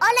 Hola